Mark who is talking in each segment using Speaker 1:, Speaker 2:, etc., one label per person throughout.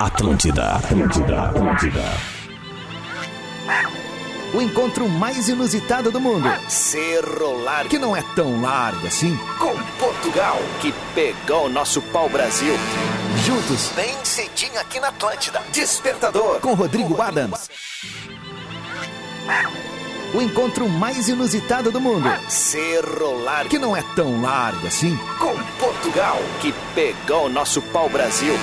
Speaker 1: Atlântida, Atlântida, Atlântida.
Speaker 2: O encontro mais inusitado do mundo. Cerro Largo. Que não é tão largo assim.
Speaker 3: Com Portugal, que pegou o nosso pau-brasil.
Speaker 2: Juntos.
Speaker 3: Bem cedinho aqui na Atlântida. Despertador.
Speaker 2: Com Rodrigo Adams. O encontro mais inusitado do mundo.
Speaker 3: Cerro Largo.
Speaker 2: Que não é tão largo assim.
Speaker 3: Com Portugal, que pegou o nosso pau-brasil.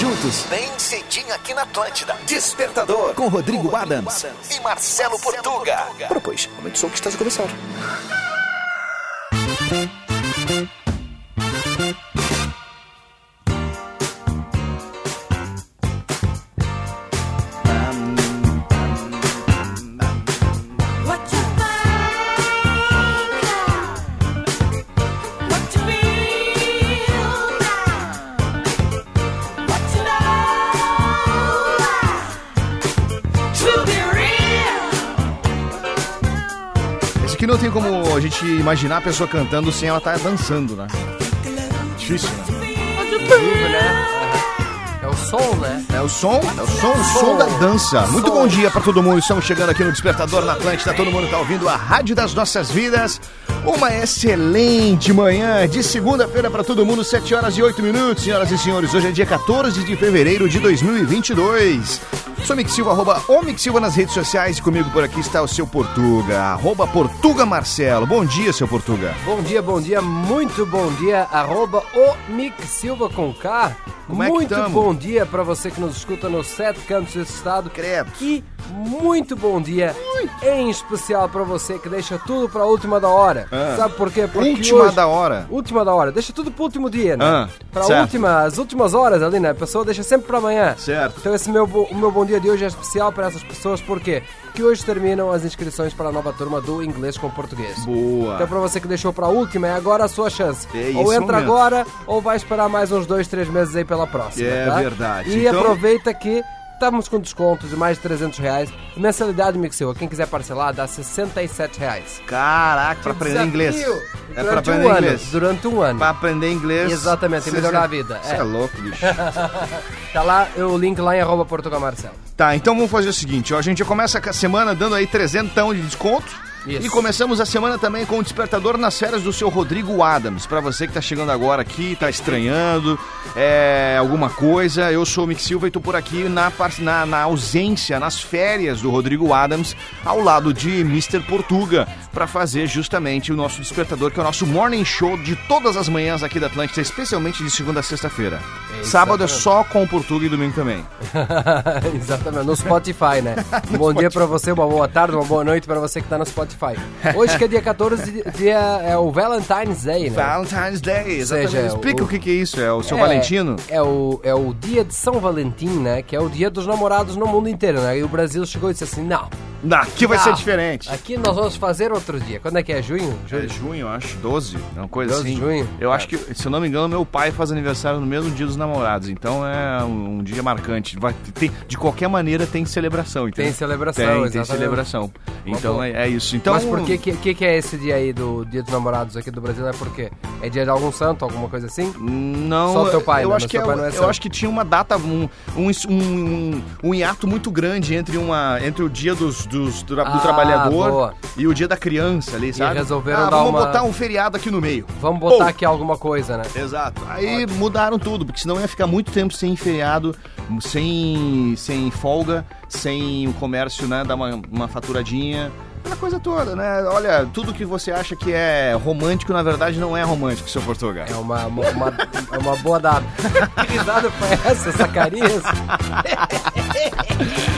Speaker 2: Juntos.
Speaker 3: Bem cedinho aqui na Atlântida. Despertador.
Speaker 2: Com Rodrigo, Com Rodrigo Adams. Adams.
Speaker 3: E Marcelo, Marcelo Portuga. Portuga.
Speaker 4: Ora, pois, momento de som que estás a começar.
Speaker 5: que não tem como a gente imaginar a pessoa cantando sem ela estar tá dançando, né? Difícil, né?
Speaker 6: É o som, né?
Speaker 5: É o som, é o som, o som, som da dança. Som. Muito bom dia para todo mundo. Estamos chegando aqui no Despertador na Atlântida. Tá Todo mundo está ouvindo a Rádio das Nossas Vidas. Uma excelente manhã de segunda-feira para todo mundo, 7 horas e 8 minutos, senhoras e senhores. Hoje é dia 14 de fevereiro de 2022. Sou Mick Silva, arroba Omic Silva nas redes sociais e comigo por aqui está o seu Portuga, arroba Portuga Marcelo. Bom dia, seu Portuga.
Speaker 6: Bom dia, bom dia, muito bom dia, arroba Omic Silva com K.
Speaker 5: Como é que
Speaker 6: muito
Speaker 5: tamo?
Speaker 6: bom dia para você que nos escuta nos sete cantos desse estado.
Speaker 5: Credo.
Speaker 6: E muito bom dia, muito. em especial para você que deixa tudo para a última da hora. Ah. Sabe por quê?
Speaker 5: Porque última hoje... da hora.
Speaker 6: Última da hora. Deixa tudo para o último dia, né?
Speaker 5: Ah.
Speaker 6: Para última, as últimas horas ali, né? A pessoa deixa sempre para amanhã.
Speaker 5: Certo.
Speaker 6: Então esse meu, o meu bom dia de hoje é especial para essas pessoas, por quê? Porque hoje terminam as inscrições para a nova turma do Inglês com Português.
Speaker 5: Boa!
Speaker 6: Então, para você que deixou para a última, é agora a sua chance.
Speaker 5: É isso
Speaker 6: ou entra
Speaker 5: mesmo.
Speaker 6: agora, ou vai esperar mais uns dois, três meses aí pela próxima.
Speaker 5: É
Speaker 6: tá?
Speaker 5: verdade.
Speaker 6: E então... aproveita que Estamos com descontos de mais de 300 reais. Mensalidade Mixeu, quem quiser parcelar, dá 67 reais.
Speaker 5: Caraca, pra aprender inglês.
Speaker 6: É pra aprender um inglês. Ano, durante um ano.
Speaker 5: Pra aprender inglês.
Speaker 6: Exatamente, e melhorar a vida.
Speaker 5: Você é. é. louco, bicho.
Speaker 6: tá lá, o link lá em arroba portugalmarcelo.
Speaker 5: Tá, então vamos fazer o seguinte, ó. A gente já começa a semana dando aí 300 de desconto. Isso. E começamos a semana também com o despertador nas férias do seu Rodrigo Adams. Para você que tá chegando agora aqui, tá estranhando é, alguma coisa, eu sou o Mick Silva e tô por aqui na, na, na ausência, nas férias do Rodrigo Adams, ao lado de Mr. Portuga, para fazer justamente o nosso despertador, que é o nosso morning show de todas as manhãs aqui da Atlântida, especialmente de segunda a sexta-feira. Sábado é só com o Portuga e domingo também.
Speaker 6: Exatamente, no Spotify, né? no Bom Spotify. dia para você, uma boa tarde, uma boa noite para você que tá no Spotify. Hoje que é dia 14, dia, é o Valentine's Day, né?
Speaker 5: Valentine's Day, exatamente. Seja, Explica o, o, que, é isso, é o seu
Speaker 6: é,
Speaker 5: Valentino?
Speaker 6: É o, é o dia de São Valentim, né? Que é o dia dos namorados no mundo inteiro, né? E o Brasil chegou e disse assim, não... Ah. tá,
Speaker 5: Não, aqui vai não, ser diferente.
Speaker 6: Aqui nós vamos fazer outro dia. Quando é que é? Junho?
Speaker 5: Junho, é junho acho. 12, uma coisa
Speaker 6: 12
Speaker 5: assim.
Speaker 6: junho?
Speaker 5: Eu acho que, se eu não me engano, meu pai faz aniversário no mesmo dia dos namorados. Então é um, um dia marcante. Vai, tem, de qualquer maneira tem celebração, entendeu?
Speaker 6: Tem celebração,
Speaker 5: Tem,
Speaker 6: exatamente.
Speaker 5: tem celebração. Então é, é isso. Então,
Speaker 6: então... Mas por que, que, que, é esse dia aí do Dia dos Namorados aqui do Brasil? É porque é dia de algum santo, alguma coisa assim?
Speaker 5: Não.
Speaker 6: Só teu pai,
Speaker 5: eu
Speaker 6: né?
Speaker 5: acho
Speaker 6: Mas
Speaker 5: que
Speaker 6: teu pai não é
Speaker 5: eu, eu acho que tinha uma data, um, um, um, um hiato muito grande entre, uma, entre o dia dos, dos do,
Speaker 6: Ah,
Speaker 5: trabalhador
Speaker 6: boa.
Speaker 5: e o dia da criança ali, sabe?
Speaker 6: resolveram
Speaker 5: ah,
Speaker 6: dar
Speaker 5: vamos
Speaker 6: uma-
Speaker 5: botar um feriado aqui no meio.
Speaker 6: Vamos botar
Speaker 5: Pô.
Speaker 6: aqui alguma coisa, né?
Speaker 5: Exato. Aí mudaram tudo, porque senão ia ficar muito tempo sem feriado, sem, sem folga, sem o comércio, né? Dar uma, uma faturadinha. Aquela coisa toda, né? Olha, tudo que você acha que é romântico, na verdade, não é romântico, seu Portugal.
Speaker 6: É uma, uma, uma, é uma boa data. Que risada foi essa, Zacarias?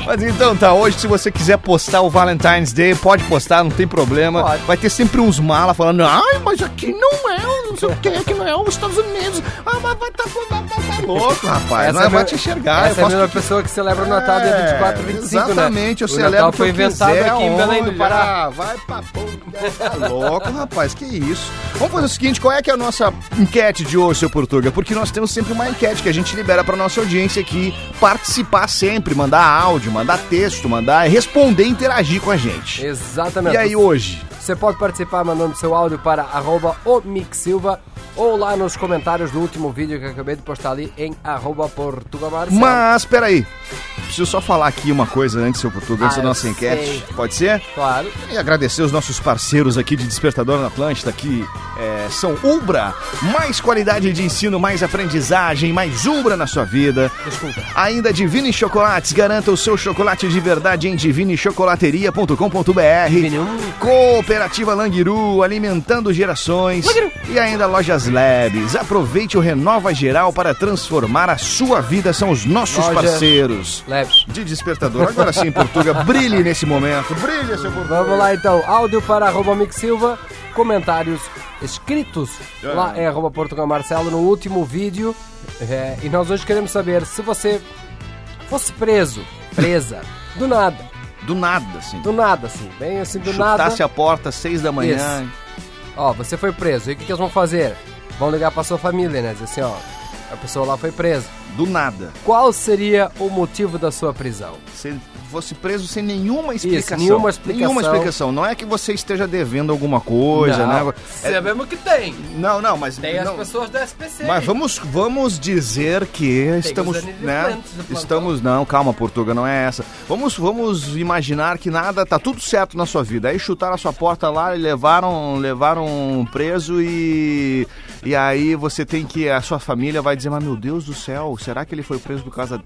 Speaker 5: Mas então tá, hoje se você quiser postar o Valentine's Day, pode postar, não tem problema.
Speaker 6: Pode.
Speaker 5: Vai ter sempre uns mala falando, ai, mas aqui não é, não sei o que, aqui não é os Estados Unidos. Ah, mas vai tá, vai tá, tá louco, rapaz.
Speaker 6: Essa
Speaker 5: Não
Speaker 6: é
Speaker 5: vai
Speaker 6: meu-
Speaker 5: te enxergar.
Speaker 6: Essa é a mesma pessoa que celebra o Natal dia 24 e 25, né?
Speaker 5: É, Exatamente, eu
Speaker 6: o
Speaker 5: celebro
Speaker 6: Natal
Speaker 5: o que
Speaker 6: foi
Speaker 5: eu
Speaker 6: inventado
Speaker 5: quiser
Speaker 6: aqui em Belém do
Speaker 5: onde?
Speaker 6: Pará.
Speaker 5: Ah, vai pra porra, tá louco, rapaz, que isso. Vamos fazer o seguinte, qual é que é a nossa enquete de hoje, seu Portuga? Porque nós temos sempre uma enquete que a gente libera pra nossa audiência aqui participar sempre, mandar áudio, mandar texto, mandar responder, interagir com a gente.
Speaker 6: Exatamente.
Speaker 5: E aí hoje?
Speaker 6: Você pode participar mandando seu áudio para arroba o Mick Silva ou lá nos comentários do último vídeo que eu acabei de postar ali em arroba portugamarcelo.
Speaker 5: Mas, peraí. Preciso só falar aqui uma coisa antes, seu Portuga, antes
Speaker 6: Ah,
Speaker 5: da
Speaker 6: eu
Speaker 5: nossa enquete.
Speaker 6: sei.
Speaker 5: Pode ser?
Speaker 6: Claro.
Speaker 5: E agradecer os nossos parceiros aqui de Despertador na Atlântida, que é, são Umbra. Mais qualidade de ensino, mais aprendizagem, mais Umbra na sua vida.
Speaker 6: Desculpa.
Speaker 5: Ainda Divine Chocolates, garanta o seu chocolate de verdade em divinechocolateria.com.br. Cooperativa Langiru, alimentando gerações. E ainda Lojas Labs. Aproveite o Renova Geral para transformar a sua vida. São os nossos
Speaker 6: Loja-
Speaker 5: parceiros.
Speaker 6: Leves.
Speaker 5: De despertador. Agora sim, Portuga, brilhe nesse momento. Brilhe, seu Portuga.
Speaker 6: Vamos lá então, áudio para arroba Mick Silva, comentários escritos lá é arroba Portugal Marcelo no último vídeo. É, e nós hoje queremos saber se você fosse preso, presa, do nada,
Speaker 5: Do nada, assim.
Speaker 6: do nada assim, bem assim, do nada.
Speaker 5: Chutasse a porta às seis da manhã.
Speaker 6: Ó, você foi preso, e o que, que eles vão fazer? Vão ligar pra sua família, né? Dizer assim, ó, a pessoa lá foi presa.
Speaker 5: Do nada.
Speaker 6: Qual seria o motivo da sua prisão?
Speaker 5: Se ele fosse preso sem nenhuma explicação.
Speaker 6: nenhuma explicação.
Speaker 5: Nenhuma explicação. Não é que você esteja devendo alguma coisa, né? É-
Speaker 6: Sabemos que tem.
Speaker 5: não, não, mas. não,
Speaker 6: pessoas da SPC.
Speaker 5: Mas vamos, vamos dizer que estamos,
Speaker 6: anivelantes
Speaker 5: né?
Speaker 6: do plantão.
Speaker 5: Estamos não, calma, Portuga, não é essa. Vamos, vamos imaginar que nada tá tudo certo na sua vida. Aí chutaram a sua porta lá e levaram, levaram um preso e e aí você tem que a sua família vai dizer: "Mas meu Deus do céu, será que ele foi preso por causa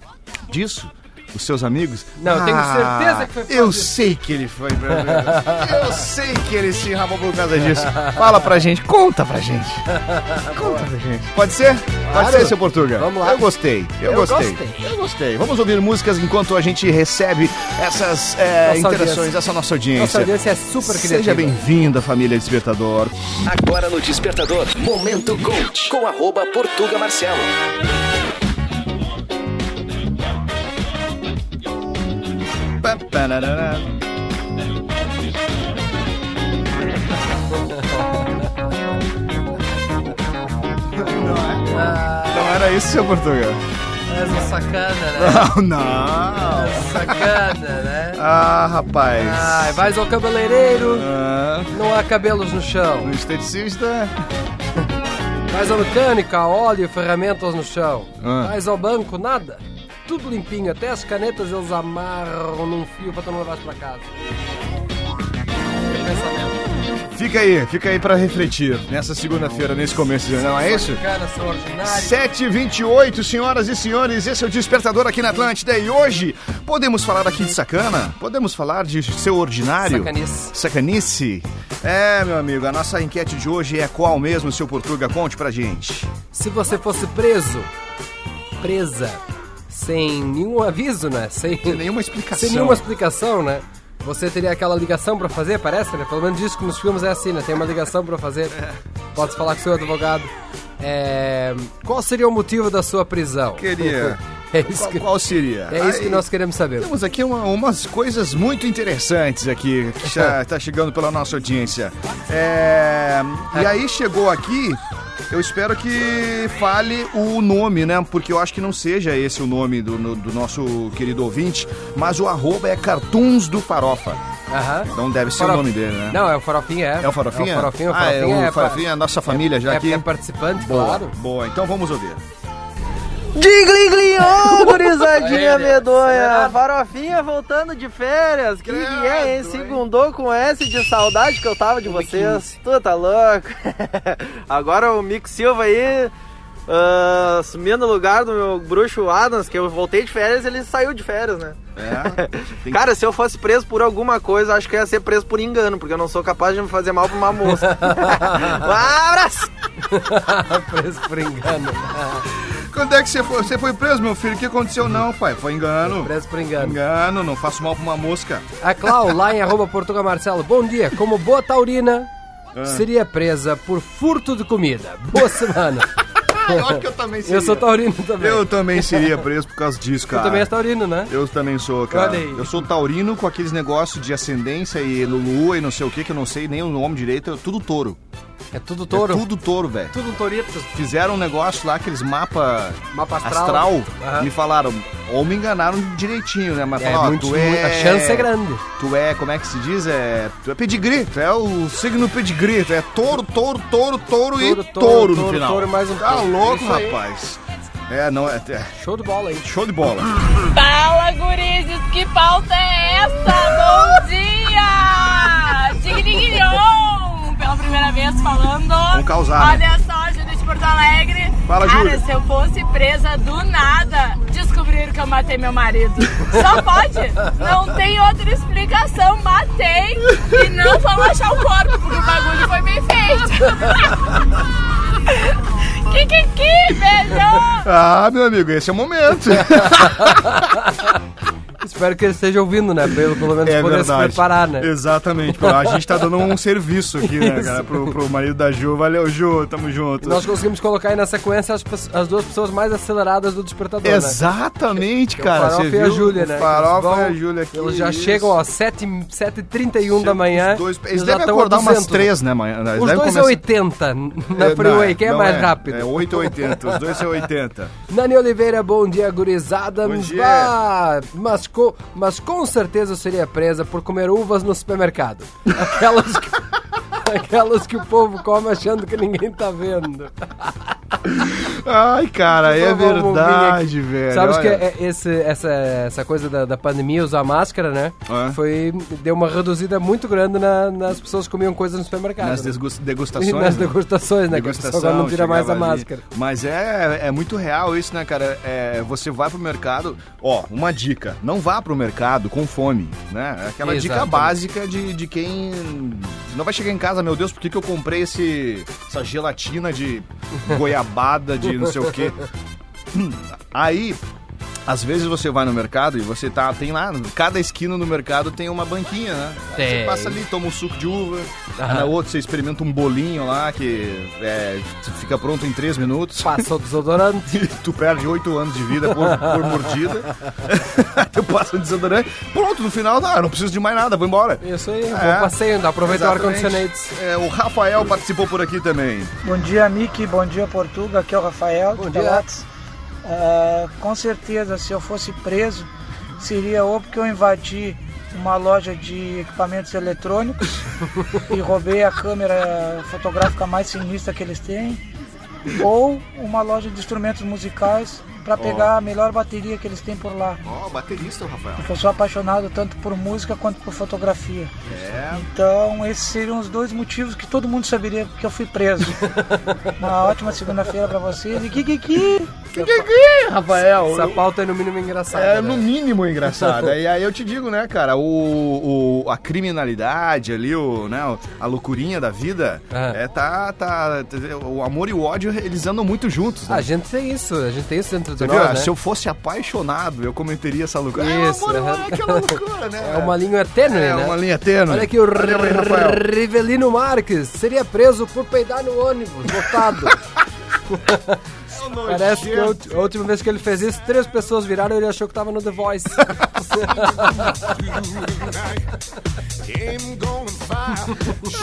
Speaker 5: disso?" Os seus amigos? Ah,
Speaker 6: Não, eu tenho certeza que foi por
Speaker 5: Eu
Speaker 6: causa
Speaker 5: sei que ele foi preso. eu sei que ele se enrabou por causa disso. Fala pra gente, conta pra gente. Conta pra gente. Pode ser? Pode ser, seu Portuga.
Speaker 6: Vamos lá.
Speaker 5: Eu gostei. Eu,
Speaker 6: Eu
Speaker 5: gostei.
Speaker 6: gostei.
Speaker 5: Eu gostei. Vamos ouvir músicas enquanto a gente recebe essas é,
Speaker 6: Nossa
Speaker 5: interações,
Speaker 6: audiência.
Speaker 5: essa nossa audiência.
Speaker 6: Nossa audiência é super criativa.
Speaker 5: Seja bem-vinda, família Despertador.
Speaker 3: Agora no Despertador, Momento Coach, com arroba Portuga Marcelo.
Speaker 5: Não era isso, seu Portuga?
Speaker 6: Essa Ah, é sacana, né?
Speaker 5: Não, não.
Speaker 6: Sacana, né?
Speaker 5: Ah, rapaz.
Speaker 6: Ai, vais ao cabeleireiro,
Speaker 5: Ah,
Speaker 6: não há cabelos no
Speaker 5: o
Speaker 6: chão.
Speaker 5: esteticista.
Speaker 6: Vais ao mecânico, há óleo e ferramentas no chão.
Speaker 5: Ah.
Speaker 6: Vais ao banco, nada. Tudo limpinho, até as canetas eles amarram num fio pra tu não levar pra casa. Pensamento.
Speaker 5: Fica aí, fica aí pra refletir nessa segunda-feira, nesse começo de ano, não é isso?
Speaker 6: Sacana, são ordinários.
Speaker 5: 7h28, senhoras e senhores, esse é o Despertador aqui na Atlântida e hoje podemos falar aqui de sacana? Podemos falar de seu ordinário?
Speaker 6: Sacanice.
Speaker 5: Sacanice? É, meu amigo, a nossa enquete de hoje é qual mesmo, seu Portuga? Conte pra gente.
Speaker 6: Se você fosse preso, presa, sem nenhum aviso, né? Sem,
Speaker 5: nenhuma explicação.
Speaker 6: sem nenhuma explicação, né? Você teria aquela ligação pra fazer, parece, né? Pelo menos diz que nos filmes é assim, né? Tem uma ligação pra fazer.
Speaker 5: É.
Speaker 6: Pode falar com seu advogado. É, Qual seria o motivo da sua prisão?
Speaker 5: Queria.
Speaker 6: É isso
Speaker 5: Qual,
Speaker 6: que,
Speaker 5: qual seria?
Speaker 6: é isso que
Speaker 5: Aí-
Speaker 6: nós queremos saber.
Speaker 5: Temos aqui uma- umas coisas muito interessantes aqui que já está chegando pela nossa audiência. É, e aí chegou aqui, eu espero que fale o nome, né? Porque eu acho que não seja esse o nome do, no- do nosso querido ouvinte, mas o arroba é Cartoons do Farofa.
Speaker 6: Aham.
Speaker 5: Então deve ser
Speaker 6: Farof-
Speaker 5: o nome dele, né?
Speaker 6: Não, é o Farofinha, é.
Speaker 5: É o Farofinha?
Speaker 6: É o Farofinha, o
Speaker 5: Ah, é
Speaker 6: Farofinha.
Speaker 5: o
Speaker 6: é pa-
Speaker 5: Farofinha, a nossa família já
Speaker 6: é-
Speaker 5: aqui.
Speaker 6: É participante,
Speaker 5: Boa,
Speaker 6: claro.
Speaker 5: boa. Então vamos ouvir.
Speaker 4: Digli ô, gurizadinha
Speaker 6: Ele,
Speaker 4: medonha!
Speaker 6: acelerado.
Speaker 4: Farofinha voltando de férias! Que, que é, hein? Segundou com S de saudade que eu tava de vocês. Tu tá louco? Agora o Mico Silva aí, ah, assumindo o lugar do meu bruxo Adams, que eu voltei de férias ele saiu de férias, né?
Speaker 5: É, tem-
Speaker 4: Cara, se eu fosse preso por alguma coisa, acho que eu ia ser preso por engano, porque eu não sou capaz de me fazer mal pra uma moça. Um abraço!
Speaker 6: Preso por engano.
Speaker 5: Quando é que você foi, você foi preso, meu filho? O que aconteceu? Não, pai. Foi engano.
Speaker 6: Preso por engano.
Speaker 5: Engano, não faço mal pra uma mosca.
Speaker 6: A Clau, lá em arroba Portuga Marcelo. Bom dia, como boa taurina,
Speaker 5: Ah.
Speaker 6: seria presa por furto de comida. Boa semana.
Speaker 5: Ah, Eu acho que eu também seria.
Speaker 6: Eu sou taurino também.
Speaker 5: Eu tá. também seria preso por causa disso,
Speaker 6: Tu
Speaker 5: cara.
Speaker 6: também és taurino, né?
Speaker 5: Eu também sou, cara.
Speaker 6: Olha aí.
Speaker 5: Eu sou taurino com aqueles negócios de ascendência e lua e não sei o que, que eu não sei nem o nome direito, é tudo touro.
Speaker 6: É tudo
Speaker 5: É
Speaker 6: touro.
Speaker 5: tudo touro, velho.
Speaker 6: tudo toritos.
Speaker 5: Fizeram um negócio lá, aqueles mapas
Speaker 6: Mapa astral.
Speaker 5: astral,
Speaker 6: Aham.
Speaker 5: e falaram, ou me enganaram direitinho, né? Mas
Speaker 6: É,
Speaker 5: falaram, ó,
Speaker 6: muito,
Speaker 5: tu é...
Speaker 6: A chance é grande.
Speaker 5: Tu é, como é que se diz? É, tu é pedigree, tu é o signo pedigree, tu é touro, touro, touro, touro e
Speaker 6: Touro,
Speaker 5: touro,
Speaker 6: touro,
Speaker 5: no
Speaker 6: touro,
Speaker 5: final.
Speaker 6: touro e mais um
Speaker 5: tá
Speaker 6: touro.
Speaker 5: louco,
Speaker 6: Isso aí.
Speaker 5: rapaz. É, não, é, é
Speaker 6: Show de bola aí.
Speaker 5: show de bola.
Speaker 7: Fala, gurizes, que pauta é essa? Bom dia! Tigrinhon! Pela primeira vez falando.
Speaker 5: Vamos causar, né?
Speaker 7: Olha só, Júlia de Porto Alegre.
Speaker 5: Fala,
Speaker 7: Cara,
Speaker 5: Júlia.
Speaker 7: se eu fosse presa do nada, descobriram que eu matei meu marido. Só pode! Não tem outra explicação. Matei e não vão achar o corpo, porque o bagulho foi bem feito. Que que que, velho?
Speaker 5: Ah, meu amigo, esse é o momento.
Speaker 6: Espero que ele esteja ouvindo, né? Pelo, pelo menos
Speaker 5: é
Speaker 6: poder se
Speaker 5: verdade.
Speaker 6: preparar, né?
Speaker 5: Exatamente. pô, A gente tá dando um serviço aqui, né, cara, pro, pro marido da Ju. Valeu, Ju, tamo junto.
Speaker 6: Nós conseguimos colocar aí na sequência as, pe- as duas pessoas mais aceleradas do despertador, né?
Speaker 5: Exatamente,
Speaker 6: Que é o
Speaker 5: cara.
Speaker 6: Farofa
Speaker 5: você
Speaker 6: e a
Speaker 5: viu?
Speaker 6: Júlia,
Speaker 5: O
Speaker 6: né?
Speaker 5: Farofa
Speaker 6: Eles vão-
Speaker 5: e a Júlia aqui.
Speaker 6: Eles já
Speaker 5: isso.
Speaker 6: chegam, ó, 7, 7h31 da manhã.
Speaker 5: Os dois-
Speaker 6: e
Speaker 5: eles
Speaker 6: já
Speaker 5: devem
Speaker 6: estão a
Speaker 5: acordar umas
Speaker 6: 200, né?
Speaker 5: 3, né, manhã? Eles devem
Speaker 6: Os dois é
Speaker 5: começar-
Speaker 6: 80 na
Speaker 5: É,
Speaker 6: freeway,
Speaker 5: não,
Speaker 6: quem é
Speaker 5: não
Speaker 6: mais rápido?
Speaker 5: É 8 ou 80, os dois é 80.
Speaker 6: Nani Oliveira, bom dia, gurizada.
Speaker 5: Bom dia.
Speaker 6: Bah, mas, co- mas com certeza eu seria presa por comer uvas no supermercado. Aquelas que, aquelas que o povo come achando que ninguém tá vendo.
Speaker 5: Ai, cara, é
Speaker 6: Então vamos ouvir
Speaker 5: verdade,
Speaker 6: aqui.
Speaker 5: velho.
Speaker 6: Sabes que
Speaker 5: olha.
Speaker 6: é- é esse- essa, essa coisa da, da pandemia, usar máscara, né?
Speaker 5: É.
Speaker 6: Foi, deu uma reduzida muito grande na- nas pessoas que comiam coisas no supermercado.
Speaker 5: Nas
Speaker 6: né?
Speaker 5: desgus-
Speaker 6: E
Speaker 5: degustações.
Speaker 6: nas
Speaker 5: né?
Speaker 6: degustações, né? Que a pessoa
Speaker 5: Degustação,
Speaker 6: agora não tira mais a
Speaker 5: chegava ali.
Speaker 6: máscara.
Speaker 5: Mas é, é muito real isso, né, cara? É, você vai pro mercado, ó, uma dica, não vá pro mercado com fome, né? É Aquela dica
Speaker 6: Exatamente.
Speaker 5: básica de, de quem não vai chegar em casa, meu Deus, por que, que eu comprei esse, essa gelatina de goiabada, de não sei o quê? Hum, Aí, às vezes você vai no mercado e você tá, tem lá, cada esquina no mercado tem uma banquinha, né? Aí Você
Speaker 6: Tem.
Speaker 5: passa ali, toma um suco de uva, aí na outra você experimenta um bolinho lá que é, fica pronto em três minutos.
Speaker 6: Passa o desodorante.
Speaker 5: E tu perde oito anos de vida por, por mordida. tu passa o desodorante. Pronto, no final, não, eu não preciso de mais nada, vou embora.
Speaker 6: Isso aí,
Speaker 5: É.
Speaker 6: bom passeio, aproveita o ar-condicionado.
Speaker 5: Exatamente. É, o Rafael participou por aqui também.
Speaker 8: Bom dia, Mickey. Bom dia, Portuga. Aqui é o Rafael,
Speaker 6: Bom
Speaker 8: de
Speaker 6: dia.
Speaker 8: Pelotas. Ah, com certeza, se eu fosse preso, seria ou porque eu invadi uma loja de equipamentos eletrônicos e roubei a câmera fotográfica mais sinistra que eles têm, ou uma loja de instrumentos musicais para pegar a melhor bateria que eles têm por lá.
Speaker 5: Ó, baterista, o Rafael.
Speaker 8: Porque eu sou apaixonado tanto por música quanto por fotografia. Então, esses seriam os dois motivos que todo mundo saberia porque eu fui preso. Uma ótima segunda-feira pra vocês. E que que que?
Speaker 5: Rafael,
Speaker 6: Essa pauta é no mínimo engraçada.
Speaker 5: É,
Speaker 6: né?
Speaker 5: no mínimo engraçada. e aí eu te digo, né, cara, o, o- a criminalidade ali, o, né, o- a loucurinha da vida,
Speaker 6: Aham.
Speaker 5: é, tá, tá, o amor e o ódio, eles andam muito juntos, né?
Speaker 6: Ah, A gente tem isso, a gente tem isso dentro de
Speaker 5: Entendeu?
Speaker 6: nós, né?
Speaker 5: Se eu fosse apaixonado, eu cometeria essa loucura.
Speaker 6: Isso,
Speaker 5: é, amor, e o
Speaker 6: aham.
Speaker 5: ódio, é aquela loucura, né?
Speaker 6: É uma linha tênue,
Speaker 5: É,
Speaker 6: né?
Speaker 5: uma linha tênue.
Speaker 6: Olha aqui, o
Speaker 5: Valeu, Rafael.
Speaker 6: Rivelino Marques seria preso por peidar no ônibus, lotado.
Speaker 5: É um
Speaker 6: Parece que a ulti- a última vez que ele fez isso, três pessoas viraram e ele achou que tava no The Voice.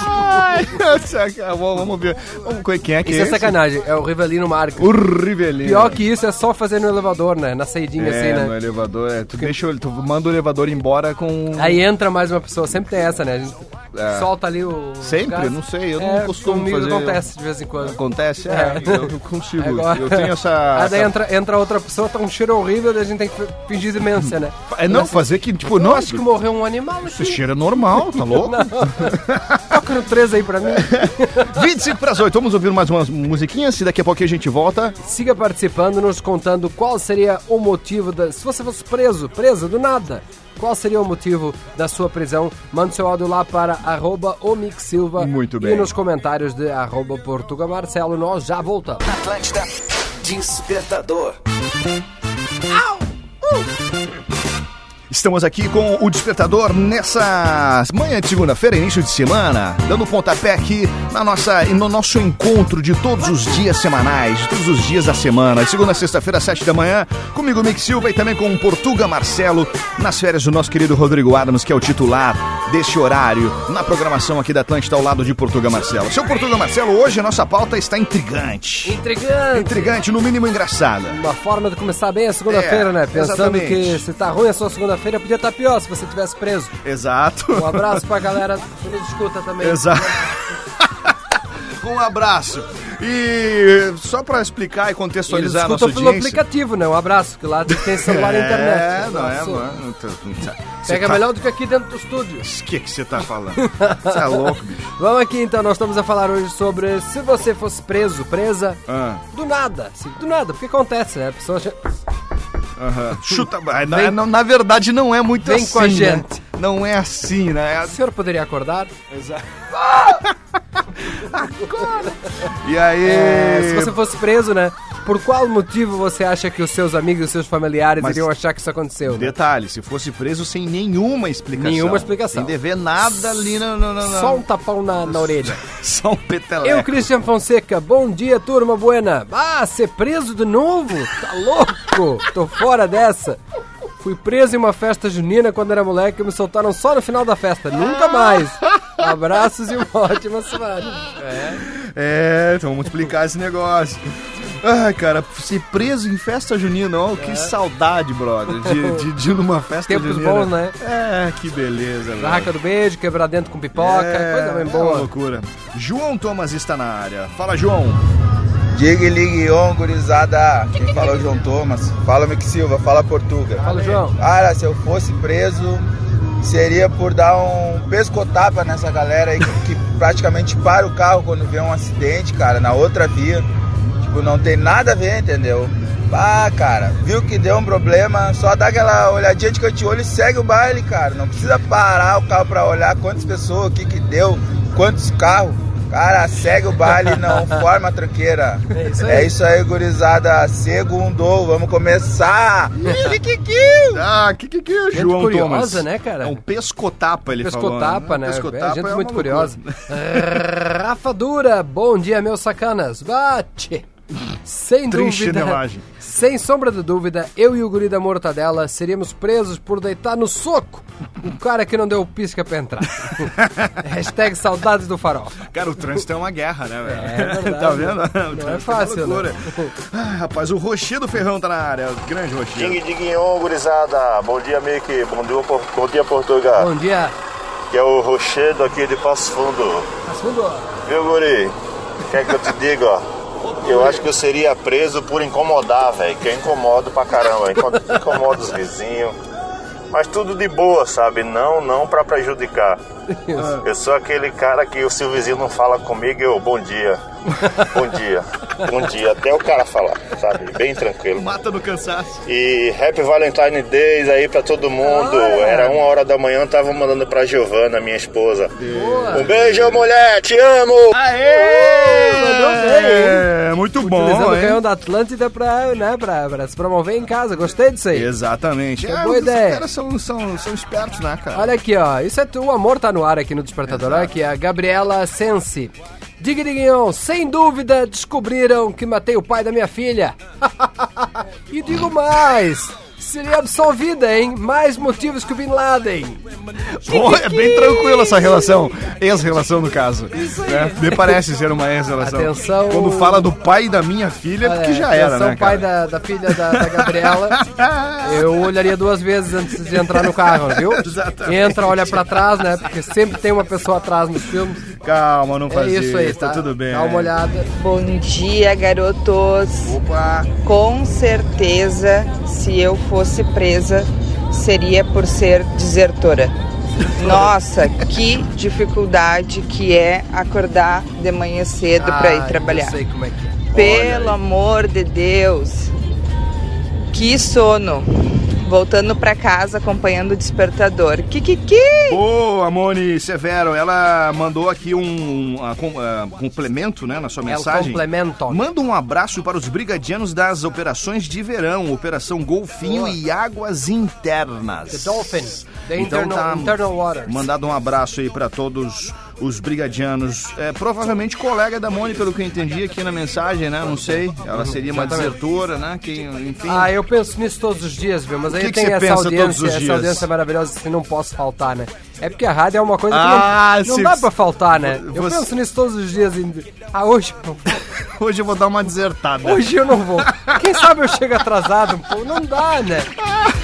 Speaker 5: Ai, saca- bom, vamos ver. Vamos, ver quem é que
Speaker 6: Isso
Speaker 5: é
Speaker 6: é
Speaker 5: esse?
Speaker 6: sacanagem, é o Rivelino Marques.
Speaker 5: O Rivelino.
Speaker 6: Pior que isso é só fazer no elevador, né? Na saidinha
Speaker 5: É,
Speaker 6: assim,
Speaker 5: no
Speaker 6: né?
Speaker 5: elevador, é, tu, deixa, o- tu manda o elevador embora com...
Speaker 6: Aí entra mais uma pessoa, sempre tem essa, né? A gente
Speaker 5: É.
Speaker 6: solta ali o.
Speaker 5: Sempre?
Speaker 6: gás.
Speaker 5: Não sei, eu não
Speaker 6: É,
Speaker 5: costumo
Speaker 6: comigo
Speaker 5: fazer-
Speaker 6: acontece de vez em quando.
Speaker 5: Acontece? É,
Speaker 6: É.
Speaker 5: eu não consigo.
Speaker 6: Agora-
Speaker 5: Eu tenho essa.
Speaker 6: Aí daí
Speaker 5: essa-
Speaker 6: entra, entra outra pessoa, tá um cheiro horrível, daí a gente tem que fingir demência, né?
Speaker 5: É não fazer que, tipo,
Speaker 6: Eu
Speaker 5: não,
Speaker 6: acho que morreu um animal
Speaker 5: Isso
Speaker 6: aqui.
Speaker 5: cheira normal, tá louco?
Speaker 6: Toca no 3 aí pra mim.
Speaker 5: 25 pras 8, vamos ouvir mais umas musiquinhas e daqui a pouco a gente volta.
Speaker 6: Siga participando, nos contando qual seria o motivo da. Se você fosse preso, preso do nada, qual seria o motivo da sua prisão? Mande seu áudio lá para arroba Omix Silva
Speaker 5: Muito
Speaker 6: e
Speaker 5: bem.
Speaker 6: nos comentários de arroba Portuga Marcelo. Nós já voltamos.
Speaker 3: Atlântida. Despertador.
Speaker 5: Estamos aqui com o Despertador nessa manhã de segunda-feira, início de semana, dando um pontapé aqui na nossa, no nosso encontro de todos os dias semanais, de todos os dias da semana, de segunda a sexta-feira, às sete da manhã, comigo, Mick Silva, e também com o Portuga Marcelo, nas férias do nosso querido Rodrigo Adams, que é o titular deste horário, na programação aqui da Atlântida, ao lado de Portuga Marcelo. Seu Portuga Marcelo, hoje a nossa pauta está intrigante.
Speaker 6: Intrigante.
Speaker 5: Intrigante, no mínimo engraçada.
Speaker 6: Uma forma de começar bem a segunda-feira,
Speaker 5: É,
Speaker 6: né? Pensando
Speaker 5: exatamente.
Speaker 6: que se tá ruim a sua segunda-feira, podia estar pior se você tivesse preso.
Speaker 5: Exato.
Speaker 6: Um abraço pra galera que nos escuta também.
Speaker 5: Exato. Um abraço. E só pra explicar e
Speaker 6: Eles
Speaker 5: contextualizar a nossa
Speaker 6: escutam pelo
Speaker 5: audiência.
Speaker 6: aplicativo, né? Um abraço, que lá tem celular e internet.
Speaker 5: É,
Speaker 6: Um
Speaker 5: não é,
Speaker 6: abraço.
Speaker 5: mano. Não tô- não tá- Cê
Speaker 6: Pega
Speaker 5: tá-
Speaker 6: melhor do que aqui dentro do estúdio.
Speaker 5: O que que você tá falando? Você é louco, bicho.
Speaker 6: Vamos aqui então, nós estamos a falar hoje sobre se você fosse preso, presa,
Speaker 5: Ah,
Speaker 6: do nada. assim, do nada, porque acontece, né? A pessoa acha-
Speaker 5: aham. Chuta. ah, Na, na, na verdade, não é muito
Speaker 6: Vem
Speaker 5: assim.
Speaker 6: com a
Speaker 5: né?
Speaker 6: gente.
Speaker 5: Não é assim, né?
Speaker 6: O senhor poderia acordar?
Speaker 5: E aí.
Speaker 6: É, se você fosse preso, né? Por qual motivo você acha que os seus amigos e os seus familiares
Speaker 5: Mas-
Speaker 6: iriam achar que isso aconteceu? né?
Speaker 5: Detalhe, se fosse preso sem nenhuma explicação.
Speaker 6: Nenhuma
Speaker 5: Sem
Speaker 6: explicação.
Speaker 5: dever nada ali, não, não, não. não.
Speaker 6: Só um tapão na, na orelha.
Speaker 5: Só um peteleco.
Speaker 6: Eu, Christian Fonseca, bom dia, turma buena. Ah, ser preso de novo? Tá louco? Tô fora dessa. Fui preso em uma festa junina quando era moleque e me soltaram só no final da festa. Nunca mais. Abraços e uma ótima semana.
Speaker 5: É, então vamos explicar esse negócio. Ai, cara, ser preso em festa junina, ó, que saudade, brother, de, de, de ir numa festa
Speaker 6: É. Tempos
Speaker 5: junina.
Speaker 6: bons, né?
Speaker 5: É, que beleza, velho.
Speaker 6: Barraca do beijo, quebrar dentro com pipoca,
Speaker 5: é,
Speaker 6: coisa bem
Speaker 5: É uma
Speaker 6: boa.
Speaker 5: loucura. João Thomas está na área. Fala, João.
Speaker 9: Diga e ligue on, gurizada. Quem fala é o João Thomas. Fala, Mick Silva. Fala, Portuga.
Speaker 6: Fala, João.
Speaker 9: Cara, se eu fosse preso, seria por dar um pescotapa nessa galera aí que, que praticamente para o carro quando vê um acidente, cara, na outra via. Tipo, não tem nada a ver, entendeu? Ah, cara, viu que deu um problema, só dá aquela olhadinha de canteolho e segue o baile, cara. Não precisa parar o carro pra olhar quantas pessoas, o que que deu, quantos carros. Cara, segue o baile, não forma tranqueira. É isso aí, gurizada. Segundo, vamos começar.
Speaker 5: Ah, que que que é o
Speaker 6: Gente
Speaker 5: João
Speaker 6: curiosa,
Speaker 5: Thomas?
Speaker 6: né, cara?
Speaker 5: É um pescotapa, ele falou.
Speaker 6: Pescotapa, né?
Speaker 5: Pescotapa
Speaker 6: é, gente
Speaker 5: é uma
Speaker 6: muito
Speaker 5: loucura.
Speaker 6: curiosa. Rafa Dura, bom dia, meus sacanas. Bate! Sem
Speaker 5: Triste,
Speaker 6: dúvida.
Speaker 5: né, Laje?
Speaker 6: sem sombra de dúvida, eu e o guri da Mortadela seríamos presos por deitar no soco o cara que não deu pisca pra entrar. Hashtag saudades do farol.
Speaker 5: Cara, o trânsito é uma guerra, né, velho?
Speaker 6: É verdade.
Speaker 5: tá vendo? tá O
Speaker 6: Não
Speaker 5: trânsito
Speaker 6: é fácil,
Speaker 5: uma
Speaker 6: né?
Speaker 5: loucura. Ah, rapaz, o Rochedo Ferrão tá na área. o Grande Rochedo.
Speaker 10: Ding diguinho, gurizada. Bom dia, Mickey. Bom dia, Por- bom dia Portugal.
Speaker 6: Bom dia.
Speaker 10: Que é o Rochedo aqui de Passo Fundo.
Speaker 6: Assunto.
Speaker 10: Viu, guri? Quer que eu te diga, ó? Eu acho que eu seria preso por incomodar, velho. Que eu incomodo pra caramba. Inco- Incomodo os vizinhos. Mas tudo de boa, sabe? Não, não pra prejudicar.
Speaker 6: Isso.
Speaker 10: Eu sou aquele cara que se o vizinho não fala comigo, eu, bom dia. Bom dia. Bom dia. Até o cara falar, sabe? Bem tranquilo.
Speaker 5: Mata no cansaço.
Speaker 10: E Happy Valentine Days aí pra todo mundo. Era uma hora da manhã, tava mandando pra Giovana, minha esposa. Um beijo, mulher, te amo!
Speaker 6: Uh, Mandou bem, hein?
Speaker 5: É, muito
Speaker 6: Utilizando
Speaker 5: bom,
Speaker 6: o canhão
Speaker 5: hein?
Speaker 6: da Atlântida pra, né, pra, pra se promover em casa. Gostei disso aí.
Speaker 5: Exatamente.
Speaker 6: É boa ideia.
Speaker 5: Os caras são, são, são espertos, né, cara?
Speaker 6: Olha aqui, ó. Isso é tu, o amor tá no ar aqui no Despertador, olha aqui, a Gabriela Sense. Diga, Diguinhão, oh, sem dúvida descobriram que matei o pai da minha filha. e digo mais, seria absolvida, hein? Mais motivos que o Bin Laden.
Speaker 5: Bom, é bem tranquila essa relação. Ex-relação, no caso. Né? Me parece ser uma ex-relação.
Speaker 6: Atenção.
Speaker 5: Quando fala do pai da minha filha, é porque já era,
Speaker 6: atenção,
Speaker 5: né,
Speaker 6: pai
Speaker 5: cara?
Speaker 6: da, da filha da, da Gabriela. Eu olharia duas vezes antes de entrar no carro, viu?
Speaker 5: Exatamente.
Speaker 6: Entra, olha pra trás, né? Porque sempre tem uma pessoa atrás nos filmes.
Speaker 5: Calma, não
Speaker 6: É
Speaker 5: faz
Speaker 6: isso aí, tá?
Speaker 5: tudo bem. é.
Speaker 6: Dá uma olhada.
Speaker 11: Bom dia, garotos.
Speaker 5: Opa.
Speaker 11: Com certeza, se eu fosse presa, seria por ser desertora. Nossa, que dificuldade que é acordar de manhã cedo para ir
Speaker 6: Ah,
Speaker 11: trabalhar.
Speaker 6: Eu sei como é que é.
Speaker 11: Pelo amor de Deus. Que sono. Voltando para casa acompanhando o despertador. Que que que?
Speaker 5: Boa, Moni Severo. Ela mandou aqui um, um, ah, com- ah, complemento né, na sua
Speaker 6: É, o
Speaker 5: mensagem.
Speaker 6: complemento.
Speaker 5: Manda um abraço para os brigadianos das operações de verão, Operação Golfinho e Águas Internas.
Speaker 6: The Dolphin, the
Speaker 5: Então
Speaker 6: internal-
Speaker 5: tá,
Speaker 6: internal waters.
Speaker 5: Mandado um abraço aí para todos os brigadianos. É, provavelmente colega da Moni, pelo que eu entendi aqui na mensagem, né? Não sei. Ela seria uma
Speaker 6: Uhum. Exatamente.
Speaker 5: desertora, né? Que, enfim.
Speaker 6: Ah, eu penso nisso todos os dias, viu? Mas aí
Speaker 5: que que
Speaker 6: tem
Speaker 5: você
Speaker 6: essa
Speaker 5: pensa
Speaker 6: audiência,
Speaker 5: todos os
Speaker 6: essa
Speaker 5: dias?
Speaker 6: audiência maravilhosa que não posso faltar, né? É porque a rádio é uma coisa que
Speaker 5: Ah,
Speaker 6: não,
Speaker 5: se-
Speaker 6: não dá pra faltar, né? Eu
Speaker 5: você-
Speaker 6: penso nisso todos os dias. em- Ah, hoje,
Speaker 5: Hoje eu vou dar uma desertada.
Speaker 6: hoje eu não vou. Quem sabe eu chego atrasado um pouco? Não dá, né?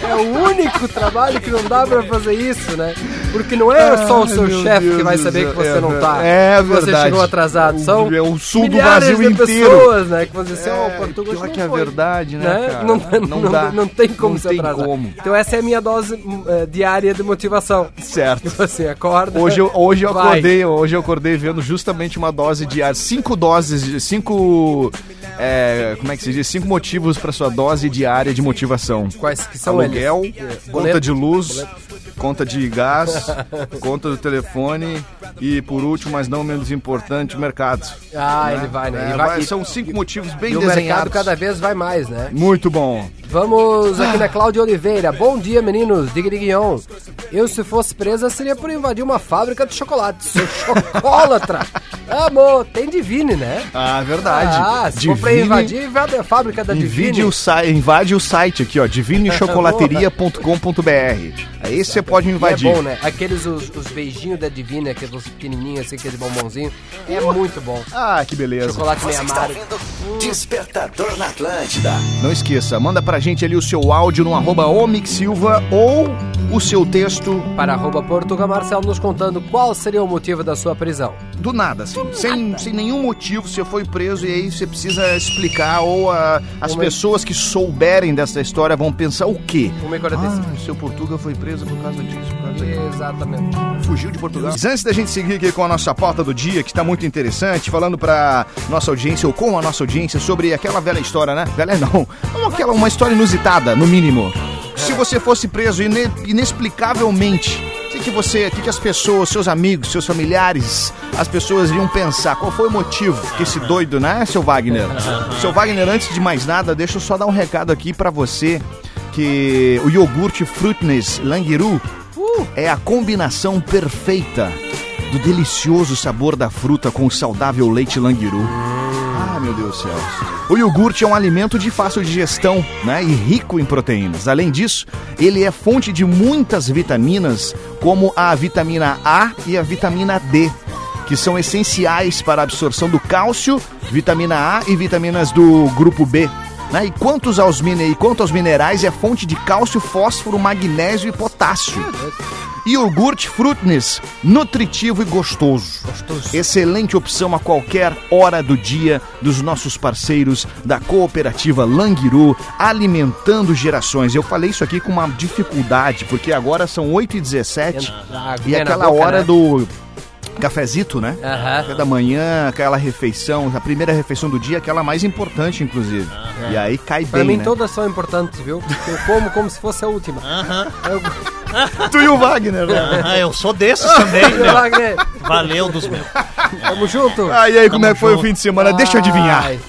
Speaker 6: É o único trabalho que não dá pra fazer isso, né? Porque não é só o seu
Speaker 5: meu
Speaker 6: chefe
Speaker 5: Deus
Speaker 6: que vai
Speaker 5: do
Speaker 6: saber
Speaker 5: céu.
Speaker 6: que você
Speaker 5: É
Speaker 6: não tá.
Speaker 5: ver- é
Speaker 6: que Você
Speaker 5: verdade.
Speaker 6: chegou atrasado.
Speaker 5: O-
Speaker 6: São
Speaker 5: é o sul do
Speaker 6: milhares
Speaker 5: Brasil
Speaker 6: de
Speaker 5: inteiro.
Speaker 6: pessoas, né? Que você assim, ó,
Speaker 5: É,
Speaker 6: o português
Speaker 5: pior
Speaker 6: não
Speaker 5: que é
Speaker 6: foi.
Speaker 5: verdade, né,
Speaker 6: Né?
Speaker 5: cara?
Speaker 6: Não,
Speaker 5: Não
Speaker 6: não-
Speaker 5: dá.
Speaker 6: não tem como
Speaker 5: Não
Speaker 6: se
Speaker 5: tem
Speaker 6: atrasar.
Speaker 5: como.
Speaker 6: Então essa é a minha dose hum, eh, diária de motivação.
Speaker 5: Certo.
Speaker 6: Você acorda.
Speaker 5: Hoje eu, hoje eu
Speaker 6: vai.
Speaker 5: acordei, hoje eu acordei vendo justamente uma dose de ar, cinco doses, de- cinco, é, como é que se diz, cinco motivos para sua dose diária de motivação.
Speaker 6: Quais que são
Speaker 5: Aluguel,
Speaker 6: eles? É,
Speaker 5: conta
Speaker 6: boleto?
Speaker 5: de luz, conta de gás, conta do telefone e por último, mas não menos importante, o mercado.
Speaker 6: Ah, ele vai, né?
Speaker 5: É,
Speaker 6: Ele vai,
Speaker 5: vai-
Speaker 6: e-
Speaker 5: são cinco motivos bem
Speaker 6: E o mercado
Speaker 5: desenhados.
Speaker 6: cada vez vai mais, né?
Speaker 5: Muito bom.
Speaker 6: Vamos aqui na Cláudia Oliveira. Bom dia, meninos. Digriguion. Eu, se fosse presa, seria por invadir uma fábrica de chocolate. Sou chocolatra. Amor, tem Divine, né?
Speaker 5: Ah, verdade.
Speaker 6: Ah, se for pra
Speaker 5: Divine-
Speaker 6: invadir, invade a fábrica da
Speaker 5: Invade
Speaker 6: Divine.
Speaker 5: o, site, invade o site aqui, ó, divinichocolateria.com.br. Aí você pode
Speaker 6: E é
Speaker 5: invadir.
Speaker 6: bom, né? Aqueles os, os beijinhos da Divine, aqueles pequenininhos assim, aquele bombonzinho. É muito bom.
Speaker 5: Ah, que beleza.
Speaker 6: Chocolate meio
Speaker 3: Você está
Speaker 6: amargo.
Speaker 3: ouvindo Despertador na Atlântida.
Speaker 5: Não esqueça, manda pra gente ali o seu áudio no arroba Omic Silva ou o seu texto
Speaker 6: Para arroba Portuga Marcelo nos contando qual seria o motivo da sua prisão.
Speaker 5: do nada, assim. Sem, sem nenhum motivo, você foi preso e aí você precisa explicar ou ah, as
Speaker 6: Como é?
Speaker 5: pessoas que souberem dessa história vão pensar o quê?
Speaker 6: 1h45.
Speaker 5: Ah, seu Portuga foi preso por causa disso, por causa
Speaker 6: Exatamente.
Speaker 5: fugiu de Portugal. Mas antes da gente seguir aqui com a nossa pauta do dia, que está muito interessante, falando para nossa audiência ou com a nossa audiência sobre aquela velha história, né? Velha não, uma, aquela, uma história inusitada, no mínimo. Se você fosse preso ine- inexplicavelmente, o que, que você, o que, que as pessoas, seus amigos, seus familiares, as pessoas iriam pensar? Qual foi o motivo que esse doido, né, seu Wagner? seu Wagner, antes de mais nada, deixa eu só dar um recado aqui para você que o iogurte Fruitness Langiru é a combinação perfeita do delicioso sabor da fruta com o saudável leite Langiru. Ah, meu Deus do céu. O iogurte é um alimento de fácil digestão né, e rico em proteínas. Além disso, ele é fonte de muitas vitaminas, como a vitamina A e a vitamina D, que são essenciais para a absorção do cálcio, vitamina A e vitaminas do grupo B. né? E, quantos aos mine- e quanto aos minerais, é fonte de cálcio, fósforo, magnésio e potássio. Iogurte Fruitness, nutritivo e gostoso. Excelente opção a qualquer hora do dia dos nossos parceiros da cooperativa Langiru, alimentando gerações. Eu falei isso aqui com uma dificuldade, porque agora são 8h17 e aquela hora do cafezito, né?
Speaker 6: Aham.
Speaker 5: Café da manhã, aquela refeição, a primeira refeição do dia, aquela mais importante, inclusive. E aí cai
Speaker 6: Pra
Speaker 5: bem,
Speaker 6: mim
Speaker 5: né? Ah,
Speaker 6: todas são importantes, viu? Eu como como se fosse a última. Eu-
Speaker 5: Tu e o Wagner, né?
Speaker 12: Ah, eu sou desses também,
Speaker 6: Meu
Speaker 12: meu.
Speaker 6: Wagner,
Speaker 12: Valeu dos meus.
Speaker 6: Tamo junto.
Speaker 5: Ah, e aí, como
Speaker 12: Tamo
Speaker 5: é que foi o
Speaker 12: junto.
Speaker 5: fim de semana? Deixa eu adivinhar.
Speaker 6: Ai,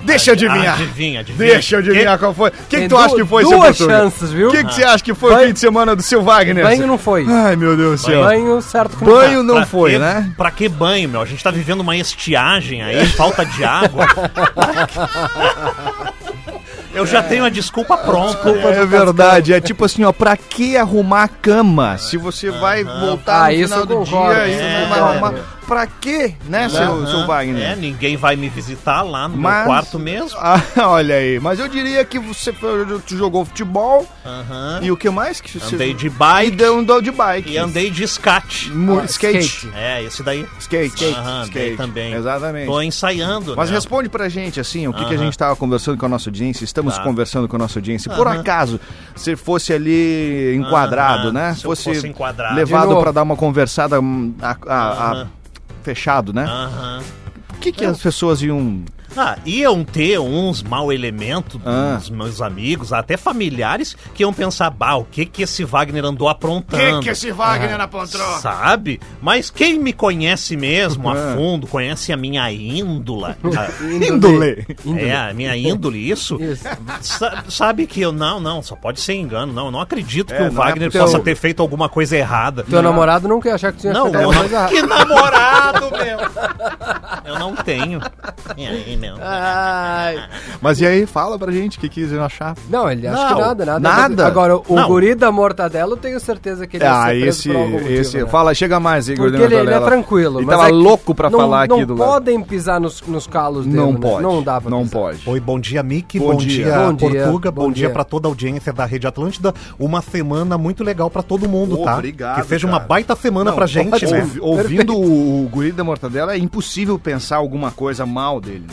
Speaker 5: Deixa eu adivinhar.
Speaker 12: Ah, Adivinha, adivinha.
Speaker 5: Deixa eu adivinhar qual foi. O que, que
Speaker 6: tem
Speaker 5: tu acha
Speaker 6: du-
Speaker 5: que foi, seu
Speaker 6: Duas
Speaker 5: Portuga?
Speaker 6: chances, viu?
Speaker 5: O que, é? Ah. que você acha que foi o
Speaker 6: Banho-
Speaker 5: fim de semana do seu Wagner?
Speaker 6: Banho não foi.
Speaker 5: Ai, meu Deus do céu. Banho,
Speaker 6: Banho, certo que
Speaker 5: não
Speaker 12: Pra
Speaker 5: foi,
Speaker 12: que-
Speaker 5: né?
Speaker 12: Pra que banho, meu? A gente tá vivendo uma estiagem aí, falta de água. Eu já tenho a desculpa pronta. né?
Speaker 5: É verdade, é tipo assim, ó, pra que arrumar a cama se você vai voltar
Speaker 6: Ah,
Speaker 5: no
Speaker 6: isso
Speaker 5: final
Speaker 6: eu
Speaker 5: do
Speaker 6: concordo,
Speaker 5: dia e
Speaker 6: isso
Speaker 5: não
Speaker 12: eu
Speaker 5: vai
Speaker 12: concordo. É,
Speaker 5: arrumar? Pra que, né, seu,
Speaker 12: Aham.
Speaker 5: seu
Speaker 12: É,
Speaker 5: Wagner?
Speaker 12: ninguém vai me visitar lá no meu
Speaker 5: Mas-
Speaker 12: quarto mesmo.
Speaker 5: Ah, olha aí, mas eu diria que você foi- jogou futebol
Speaker 12: Aham.
Speaker 5: e o que mais que você...
Speaker 12: Andei de
Speaker 5: E
Speaker 12: bike
Speaker 5: deu um dou de bike.
Speaker 12: e andei de escate.
Speaker 5: Mu-
Speaker 6: Ah,
Speaker 5: skate.
Speaker 6: skate.
Speaker 12: É, esse daí.
Speaker 5: Skate. Skate.
Speaker 12: Aham, andei também.
Speaker 5: Exatamente.
Speaker 12: Tô ensaiando.
Speaker 5: Mas
Speaker 12: né?
Speaker 5: responde pra gente, assim, o que, que a
Speaker 12: Aham.
Speaker 5: gente tava conversando com a nossa audiência, estamos
Speaker 12: Tá.
Speaker 5: conversando com a nossa audiência. Por
Speaker 12: Aham.
Speaker 5: acaso, se fosse ali enquadrado,
Speaker 12: Aham.
Speaker 5: né?
Speaker 12: Se eu fosse enquadrado.
Speaker 6: De
Speaker 5: levado
Speaker 6: novo.
Speaker 5: pra dar uma conversada hum, a- a- a-
Speaker 12: Aham.
Speaker 5: fechado, né?
Speaker 12: Aham.
Speaker 5: O que, que as pessoas iam...
Speaker 12: Ah, iam ter uns mau elemento
Speaker 5: Ah.
Speaker 12: dos meus amigos, até familiares, que iam pensar, bah, o que que esse Wagner andou aprontando?
Speaker 5: Wagner apontou?
Speaker 12: Sabe? Mas quem me conhece mesmo a
Speaker 5: Ah.
Speaker 12: fundo, conhece a minha índola, a-
Speaker 5: Índole.
Speaker 12: é, a minha índole, isso,
Speaker 6: Isso.
Speaker 12: sa- sabe que eu, não, não, só pode ser engano, não, eu não acredito que
Speaker 5: É,
Speaker 12: o
Speaker 5: não é
Speaker 12: Wagner
Speaker 5: possível.
Speaker 12: possa ter feito alguma coisa errada.
Speaker 6: Teu namorado nunca ia achar que tinha
Speaker 5: É,
Speaker 12: Não,
Speaker 6: feito alguma
Speaker 12: eu não-
Speaker 6: coisa errada.
Speaker 12: que namorado, meu! Eu não tenho. E aí, mesmo.
Speaker 5: Mas e aí, fala pra gente o que, que eles iam achar.
Speaker 6: Não, ele acha que nada, nada.
Speaker 5: Nada?
Speaker 6: Agora, o
Speaker 5: Não.
Speaker 6: guri da Mortadela, eu tenho certeza que ele ia
Speaker 5: Ah,
Speaker 6: ser preso
Speaker 5: esse.
Speaker 6: por algum motivo,
Speaker 5: esse
Speaker 6: né?
Speaker 5: Fala, chega mais, Igor.
Speaker 6: Porque ele, ele é tranquilo.
Speaker 5: Ele
Speaker 6: mas
Speaker 5: tava
Speaker 6: é que
Speaker 5: louco pra
Speaker 6: não-
Speaker 5: falar aqui do
Speaker 6: Não
Speaker 5: lado.
Speaker 6: podem pisar nos, nos calos dele.
Speaker 5: Não
Speaker 6: né?
Speaker 5: pode.
Speaker 6: Não dá pra
Speaker 5: Não
Speaker 6: pisar.
Speaker 5: pode.
Speaker 13: Oi, bom dia, Mick.
Speaker 5: Bom
Speaker 13: Bom,
Speaker 5: dia.
Speaker 13: dia,
Speaker 5: Bom dia,
Speaker 13: Portuga.
Speaker 5: bom
Speaker 13: Bom, dia,
Speaker 5: dia.
Speaker 13: pra toda a audiência da Rede Atlântida. Uma semana muito legal pra todo mundo, tá?
Speaker 5: Obrigado,
Speaker 13: Que seja
Speaker 5: cara.
Speaker 13: uma baita semana
Speaker 5: Não,
Speaker 13: pra gente,
Speaker 5: ótimo.
Speaker 13: né?
Speaker 5: Ouvi- Ouvindo o, o guri da Mortadela, é impossível pensar alguma coisa mal dele.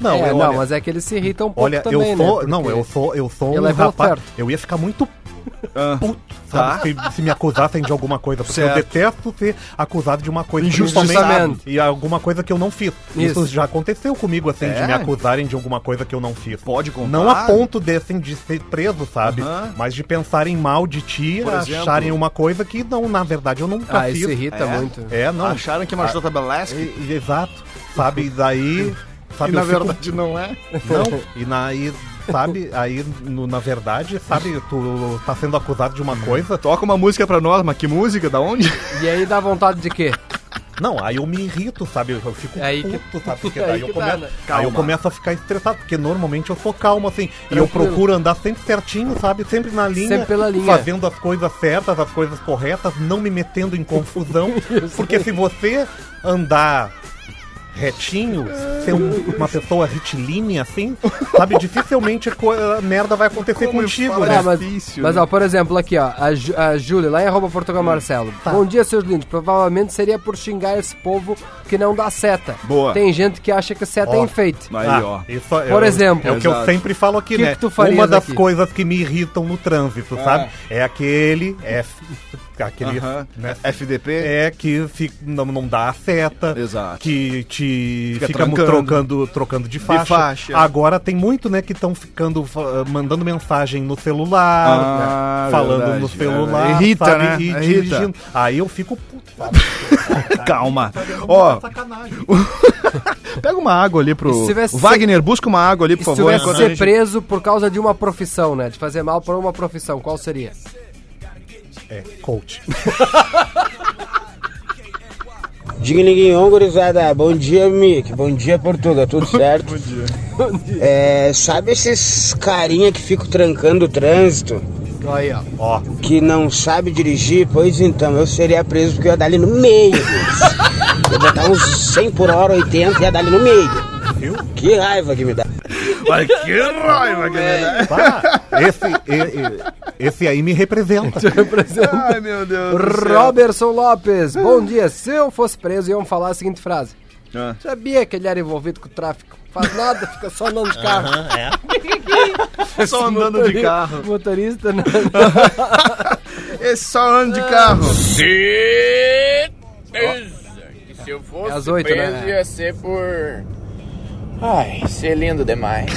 Speaker 13: Não,
Speaker 6: É, não,
Speaker 13: eu- olha-
Speaker 6: mas é que ele se irrita um pouco
Speaker 13: Olha,
Speaker 6: também,
Speaker 13: eu sou.
Speaker 6: né?
Speaker 13: Não,
Speaker 6: Porque
Speaker 13: eu sou, eu sou
Speaker 6: ele
Speaker 13: um
Speaker 6: é pelo
Speaker 13: rapaz.
Speaker 6: certo.
Speaker 13: Eu ia ficar muito puto,
Speaker 5: tá.
Speaker 13: sabe? Se, se me acusassem de alguma coisa. Ah. Porque
Speaker 5: Certo.
Speaker 13: eu detesto ser acusado de uma coisa
Speaker 5: Injustamente.
Speaker 13: principalmente, E alguma coisa que eu não fiz. Isso,
Speaker 5: Isso.
Speaker 13: já aconteceu comigo, assim,
Speaker 5: É?
Speaker 13: de me acusarem de alguma coisa que eu não fiz.
Speaker 5: Pode contar.
Speaker 13: Não a ponto de, assim, de ser preso, sabe? Mas de pensarem mal de ti,
Speaker 5: Por exemplo?
Speaker 13: acharem uma coisa que, não, na verdade, eu nunca
Speaker 5: tá
Speaker 6: Ah,
Speaker 13: fiz.
Speaker 6: isso irrita
Speaker 13: É?
Speaker 6: muito.
Speaker 13: É, não. Ah,
Speaker 5: Acharam que Machota Belaski-
Speaker 13: E- e- Exato. Sabe, e daí... Sabe,
Speaker 5: e na
Speaker 13: eu fico-
Speaker 5: verdade não é.
Speaker 13: não, e na, aí, sabe, aí, no- na verdade, sabe, tu tá sendo acusado de uma coisa.
Speaker 5: Toca uma música pra nós, mas que música? Da onde?
Speaker 6: E aí dá vontade de quê?
Speaker 13: Não, aí eu me irrito, sabe? Eu, eu fico puto, sabe? Porque
Speaker 6: é aí
Speaker 13: daí eu,
Speaker 6: que
Speaker 13: começo,
Speaker 6: dá, né?
Speaker 13: aí eu
Speaker 6: Calma.
Speaker 13: começo a ficar estressado, porque normalmente eu sou calmo, assim. E eu
Speaker 6: Tranquilo.
Speaker 13: procuro andar sempre certinho, sabe? Sempre na linha.
Speaker 6: Sempre pela linha.
Speaker 13: Fazendo as coisas certas, as coisas corretas, não me metendo em confusão. porque se você andar retinho, ser um- uma pessoa retilínea, assim, sabe? Dificilmente co- a merda vai acontecer contigo, né?
Speaker 6: Ah, mas, mas, ó, por exemplo, aqui, ó, a, Ju- a Júlia, lá em arroba Portugal
Speaker 5: Hum,
Speaker 6: Marcelo.
Speaker 5: tá.
Speaker 6: Bom dia, seus lindos. Provavelmente seria por xingar esse povo que não dá seta.
Speaker 13: Boa.
Speaker 6: Tem gente que acha que seta é
Speaker 13: Ó,
Speaker 6: enfeite.
Speaker 13: Ah, isso é-
Speaker 6: por
Speaker 13: é o-
Speaker 6: exemplo.
Speaker 13: É o que eu sempre falo aqui,
Speaker 6: Que
Speaker 13: né?
Speaker 6: que tu farias
Speaker 13: Uma das
Speaker 6: aqui?
Speaker 13: coisas que me irritam no trânsito,
Speaker 6: Ah.
Speaker 13: sabe? É aquele. É, aquele
Speaker 5: Aham.
Speaker 13: né?
Speaker 5: FDP.
Speaker 13: É que fica- não, não dá a seta.
Speaker 5: Exato.
Speaker 13: Que te
Speaker 5: Fica
Speaker 13: fica,
Speaker 5: trancando.
Speaker 13: trocando, trocando de faixa.
Speaker 5: faixa.
Speaker 13: Agora tem muito, né, que estão ficando fa- mandando mensagem no celular,
Speaker 5: Ah,
Speaker 13: né? falando
Speaker 5: verdade,
Speaker 13: no
Speaker 5: é,
Speaker 13: celular.
Speaker 5: né? Irrita,
Speaker 13: sabe?
Speaker 5: né?
Speaker 13: E
Speaker 5: Irrita.
Speaker 13: dirigindo. Aí eu fico puto. tá.
Speaker 5: Calma. Ó. Pega uma água ali pro.
Speaker 6: E se tivesse-
Speaker 5: O Wagner, busca uma água ali, por
Speaker 6: E se
Speaker 5: favor.
Speaker 6: tivesse que
Speaker 5: enquanto a
Speaker 6: ser
Speaker 5: gente-
Speaker 6: preso por causa de uma profissão, né? De fazer mal por uma profissão, qual seria?
Speaker 13: É, coach.
Speaker 14: Digniguinho, gurizada. Bom dia, Mick. Bom dia, Portuga. Tudo certo? Bom dia. É, sabe esses carinha que ficam trancando o trânsito?
Speaker 6: Aí, ó.
Speaker 13: Ó.
Speaker 14: Que não sabe dirigir? Pois então, eu seria preso porque eu ia dar ali no meio. deles. Eu ia botar uns 100 por hora, 80 e ia dar ali no meio. Que raiva que me dá.
Speaker 5: Olha que raiva que me dá.
Speaker 13: Esse, e- e- esse aí me representa.
Speaker 5: Ai, meu Deus. do céu.
Speaker 6: Robertson Lopes, bom dia. Se eu fosse preso, iam falar a seguinte frase.
Speaker 5: Ah.
Speaker 6: Sabia que ele era envolvido com o tráfico? Faz nada, fica só andando de carro.
Speaker 12: É
Speaker 5: Só andando de carro.
Speaker 6: Motorista, né?
Speaker 5: Esse É só anda de carro.
Speaker 15: que se eu fosse
Speaker 6: É às oito,
Speaker 15: preso,
Speaker 6: né?
Speaker 15: ia ser por. Ai, ser é lindo demais.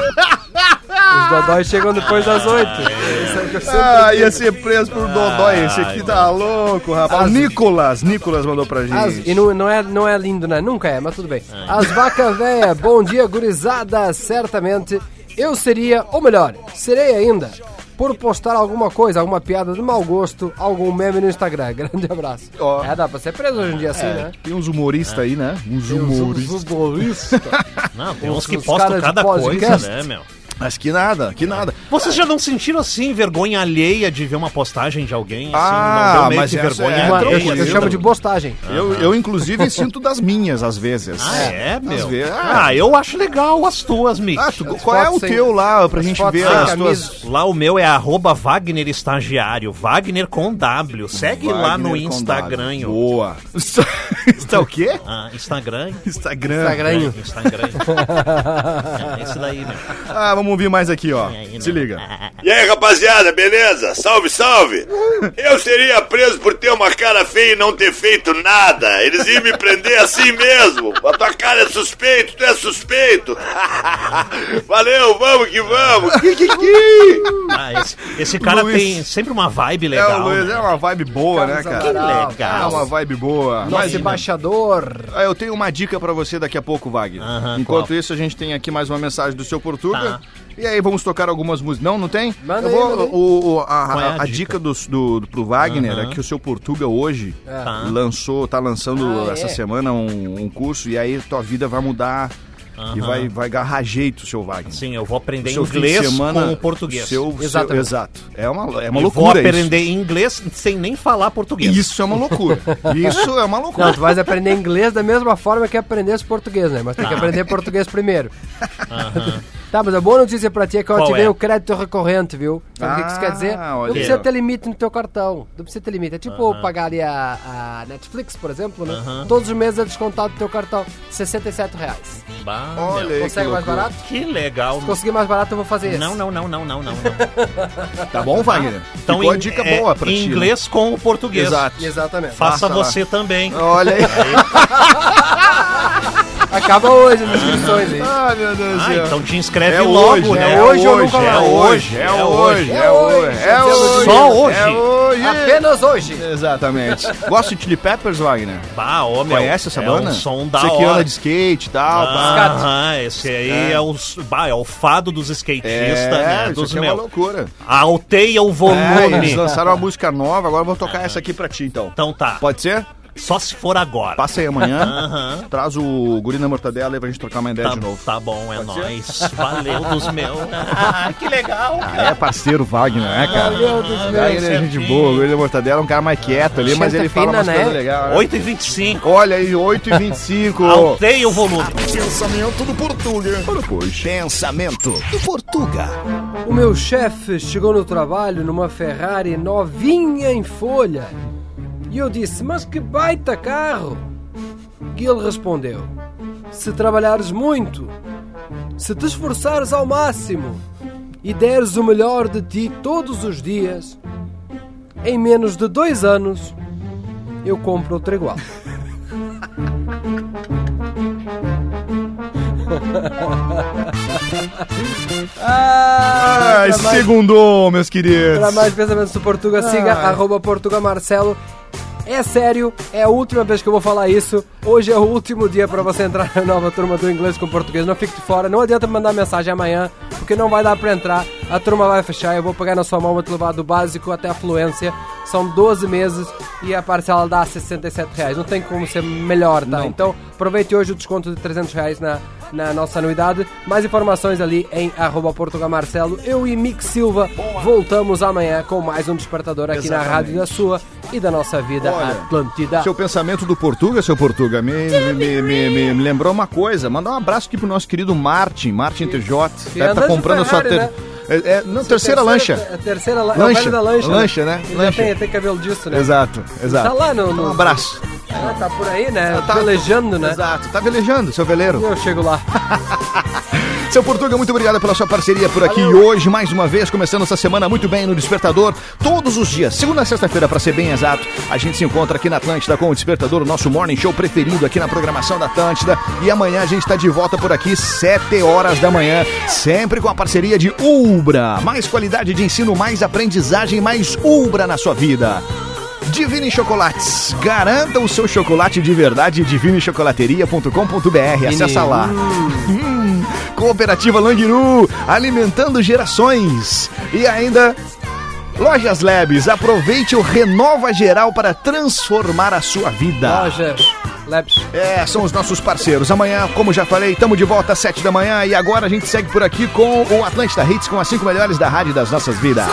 Speaker 6: Os dodóis chegam depois das oito. Isso é o que eu sempre
Speaker 5: Ah,
Speaker 6: digo.
Speaker 5: ia ser preso por Dodói. Esse aqui tá louco, rapaz.
Speaker 6: As-
Speaker 5: Nicolas. Nicolas mandou pra gente.
Speaker 6: As- e não, não, é, não é lindo, né? Nunca é, mas tudo bem.
Speaker 12: Ah.
Speaker 6: As vacas véia, bom dia, gurizada. Certamente eu seria, ou melhor, serei ainda, por postar alguma coisa, alguma piada de mau gosto, algum meme no Instagram. Grande abraço. É, dá pra ser preso hoje em dia assim,
Speaker 5: É,
Speaker 6: né?
Speaker 5: Tem uns humoristas aí, né? Uns
Speaker 6: Tem uns
Speaker 5: humoristas.
Speaker 6: humoristas.
Speaker 12: Não, tem
Speaker 5: Os-
Speaker 12: uns que
Speaker 5: os
Speaker 12: postam
Speaker 5: caras de
Speaker 12: cada coisa,
Speaker 5: podcast.
Speaker 12: né, meu?
Speaker 5: Mas que nada, que nada.
Speaker 12: Vocês já não sentiram assim vergonha alheia de ver uma postagem de alguém assim?
Speaker 5: Ah,
Speaker 12: não deu meio
Speaker 5: mas
Speaker 12: que
Speaker 5: essa
Speaker 12: vergonha
Speaker 5: é
Speaker 12: alheia,
Speaker 5: tranquilo.
Speaker 12: assim?
Speaker 6: Eu chamo de postagem.
Speaker 5: Eu, eu, inclusive, sinto das minhas, às vezes.
Speaker 12: Ah, é, meu?
Speaker 5: Às vezes.
Speaker 12: Ah, eu acho legal as tuas, Mick.
Speaker 5: Ah, tu- qual é o teu lá pra gente ver
Speaker 12: Ah,
Speaker 5: as tuas.
Speaker 12: Lá o meu é arroba Wagner Estagiário, Wagner com W. Segue lá
Speaker 5: Wagner com
Speaker 12: no
Speaker 5: W.
Speaker 12: Instagram. yo.
Speaker 5: Boa. Está o quê?
Speaker 12: Ah, Instagram. É,
Speaker 5: Instagram.
Speaker 12: Instagram. Instagram. é, esse daí, meu.
Speaker 5: Ah, vamos ouvir mais aqui, ó.
Speaker 12: né?
Speaker 5: Se liga.
Speaker 16: E aí, rapaziada, beleza? Salve, salve! Eu seria preso por ter uma cara feia e não ter feito nada. Eles iam me prender assim mesmo. A tua cara é suspeito, tu é suspeito. Valeu, vamos que vamos.
Speaker 12: Ah, esse, esse cara
Speaker 5: Luiz.
Speaker 12: tem sempre uma vibe
Speaker 5: é, o
Speaker 12: legal.
Speaker 5: Luiz,
Speaker 12: né?
Speaker 5: é uma vibe boa, né,
Speaker 12: Carlos
Speaker 5: cara?
Speaker 12: Amaral. Que legal.
Speaker 5: É uma vibe boa.
Speaker 12: Nossa,
Speaker 5: Mas-
Speaker 12: imagina,
Speaker 6: embaixador.
Speaker 5: Ah, eu tenho uma dica pra você daqui a pouco, Wagner. Enquanto
Speaker 6: qual?
Speaker 5: isso, a gente tem aqui mais uma mensagem do seu Portuga.
Speaker 6: Tá.
Speaker 5: E aí, vamos tocar algumas músicas. Não, não tem? Eu
Speaker 6: Manda aí,
Speaker 5: vou-
Speaker 6: manda aí.
Speaker 5: o- o- a,
Speaker 6: Qual é a
Speaker 5: a- a dica, do, do- do- pro Wagner
Speaker 6: Aham.
Speaker 5: é que o seu Portuga hoje
Speaker 6: É. Tá.
Speaker 5: lançou, tá lançando
Speaker 6: Ah,
Speaker 5: essa
Speaker 6: é?
Speaker 5: semana um, um curso e aí tua vida vai mudar. E
Speaker 12: Aham.
Speaker 5: vai, vai agarrar jeito, seu Wagner.
Speaker 12: Sim, Assim, eu vou aprender
Speaker 5: O seu fim de
Speaker 12: inglês
Speaker 5: semana,
Speaker 12: com o português.
Speaker 5: Seu, seu,
Speaker 12: Exatamente.
Speaker 5: exato. É uma, é uma
Speaker 12: Eu
Speaker 5: loucura
Speaker 12: Vou aprender
Speaker 5: isso.
Speaker 12: inglês sem nem falar português.
Speaker 5: Isso é uma loucura. Isso é uma loucura.
Speaker 6: Não, tu vais aprender inglês da mesma forma que aprendesse português, né? Mas tem que
Speaker 12: Ah.
Speaker 6: aprender português primeiro. Tá, mas a boa notícia pra ti é que eu
Speaker 12: Qual
Speaker 6: ativei
Speaker 12: é?
Speaker 6: o crédito recorrente, viu? Sabe o que que isso quer dizer?
Speaker 5: Ah,
Speaker 6: Não
Speaker 5: olha
Speaker 6: precisa
Speaker 5: aí.
Speaker 6: ter limite no teu cartão. Não precisa ter limite. É tipo
Speaker 5: Aham.
Speaker 6: pagar ali a, a Netflix, por exemplo, né?
Speaker 12: Aham.
Speaker 6: Todos os meses é descontado do teu cartão. R$ 67 reais.
Speaker 12: Bah,
Speaker 6: Olha
Speaker 12: meu.
Speaker 6: aí, Consegue que mais loucura. barato?
Speaker 12: Que legal.
Speaker 6: Se conseguir mais barato, eu vou fazer isso.
Speaker 12: Não, não, não, não, não, não.
Speaker 5: Tá bom, Wagner?
Speaker 12: Então,
Speaker 5: Ficou
Speaker 12: em-
Speaker 5: a dica
Speaker 12: é,
Speaker 5: boa pra
Speaker 12: em
Speaker 5: ti. né?
Speaker 12: inglês com o português.
Speaker 5: Exato.
Speaker 6: Exatamente.
Speaker 5: Passa
Speaker 12: Faça
Speaker 5: lá.
Speaker 12: você também.
Speaker 5: Olha aí.
Speaker 6: Acaba hoje as inscrições, hein?
Speaker 5: Ah, meu Deus do
Speaker 12: Ah,
Speaker 5: céu.
Speaker 12: então te inscreve
Speaker 5: É
Speaker 12: logo,
Speaker 5: hoje,
Speaker 12: né?
Speaker 5: é hoje ou nunca
Speaker 12: é
Speaker 5: mais.
Speaker 12: hoje, é hoje, é hoje.
Speaker 5: É hoje.
Speaker 12: Só hoje.
Speaker 5: É hoje.
Speaker 6: Apenas hoje.
Speaker 5: Exatamente. Gosta de Chili Peppers, Wagner?
Speaker 12: Bah, ô, meu,
Speaker 5: Conhece essa
Speaker 12: é
Speaker 5: banda?
Speaker 12: um som da
Speaker 5: Você que
Speaker 12: hora.
Speaker 5: anda de skate e tal. pá.
Speaker 12: Ah, esse aí é. o, bah, é o fado dos skatistas,
Speaker 5: É,
Speaker 12: né?
Speaker 5: isso
Speaker 12: Dos
Speaker 5: aqui é uma loucura.
Speaker 12: Alteia o
Speaker 5: É,
Speaker 12: volume.
Speaker 5: eles lançaram uma música nova, agora eu vou tocar essa aqui pra ti, então.
Speaker 12: Então tá.
Speaker 5: Pode ser?
Speaker 12: Só se for agora.
Speaker 5: Passa aí amanhã,
Speaker 12: Aham.
Speaker 5: traz o Guri na Mortadela e pra gente trocar uma ideia
Speaker 12: Tá-
Speaker 5: de novo.
Speaker 12: Tá bom, é
Speaker 5: Pode ser?
Speaker 12: nóis. Valeu dos meus. Ah, que legal, Ah,
Speaker 5: Ah, é parceiro Wagner, né, cara?
Speaker 12: Valeu dos meus.
Speaker 5: Wagner é gente boa, o Guri da Mortadela é um cara mais quieto ali, mas ele fala umas coisas legais.
Speaker 12: 8h25.
Speaker 5: Olha aí, 8h25.
Speaker 12: Alteia o volume.
Speaker 2: Pensamento do Portuga. Pensamento do Portuga.
Speaker 6: O meu chefe chegou no trabalho numa Ferrari novinha em folha. E eu disse: Mas que baita carro! E ele respondeu: Se trabalhares muito, se te esforçares ao máximo e deres o melhor de ti todos os dias, em menos de dois anos eu compro outro igual. Ah,
Speaker 5: Ai,
Speaker 6: pra mais-
Speaker 5: segundou, meus queridos.
Speaker 6: Para mais pensamentos do Portuga, siga
Speaker 5: Ah.
Speaker 6: arroba Portuga Marcelo. É sério, é a última vez que eu vou falar isso. Hoje é o último dia para você entrar na nova turma do inglês com português. Não fique de fora, não adianta me mandar mensagem amanhã, porque não vai dar para entrar. A turma vai fechar, eu vou pegar na sua mão, vou te levar do básico até a fluência. São 12 meses e a parcela dá 67 reais. Não tem como ser melhor, tá? Então aproveite hoje o desconto de 300 reais na, na nossa anuidade. Mais informações ali em arroba Portuga Marcelo. Eu e Mick Silva voltamos amanhã com mais um Despertador aqui na
Speaker 5: Exatamente.
Speaker 6: rádio da sua e da nossa vida
Speaker 5: Olha,
Speaker 6: Atlântida.
Speaker 5: Seu pensamento do Portuga, seu Portuga, me, me, me- me- me- me lembrou uma coisa. Mandar um abraço aqui pro nosso querido Martin, Martin TJ. Deve
Speaker 6: anda
Speaker 5: tá
Speaker 6: de
Speaker 5: comprando a sua
Speaker 6: Ferrari, né?
Speaker 5: ter... é, é, não,
Speaker 6: Essa
Speaker 5: terceira lancha.
Speaker 6: A terceira lancha.
Speaker 5: Lancha,
Speaker 6: É o velho da lancha.
Speaker 5: lancha, né?
Speaker 6: Ele
Speaker 5: Lancha.
Speaker 6: Já tem, tem cabelo disso, né?
Speaker 5: Exato, exato.
Speaker 6: Tá lá no. no...
Speaker 5: Um abraço.
Speaker 6: Ah, tá por aí, né? Pelejando, né?
Speaker 5: Exato, tá velejando, seu veleiro.
Speaker 6: Eu chego lá.
Speaker 5: Seu Portuga, muito obrigado pela sua parceria por aqui e hoje, mais uma vez, começando essa semana muito bem no Despertador. Todos os dias, segunda a sexta-feira, para ser bem exato, a gente se encontra aqui na Atlântida com o Despertador, o nosso morning show preferido aqui na programação da Atlântida. E amanhã a gente está de volta por aqui, 7 horas da manhã, sempre com a parceria de Ubra. Mais qualidade de ensino, mais aprendizagem, mais Ubra na sua vida. Divine Chocolates. Garanta o seu chocolate de verdade em divinichocolateria.com.br. Acessa lá. Hum, Cooperativa Langiru, alimentando gerações. E ainda Lojas Labs, aproveite o Renova Geral para transformar a sua vida.
Speaker 6: Lojas Labs.
Speaker 5: É, são os nossos parceiros. Amanhã, como já falei, estamos de volta às 7 da manhã e agora a gente segue por aqui com o Atlântida Hits com as 5 melhores da rádio das nossas vidas.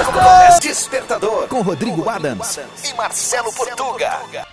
Speaker 2: Despertador com Rodrigo Adams e Marcelo Portuga.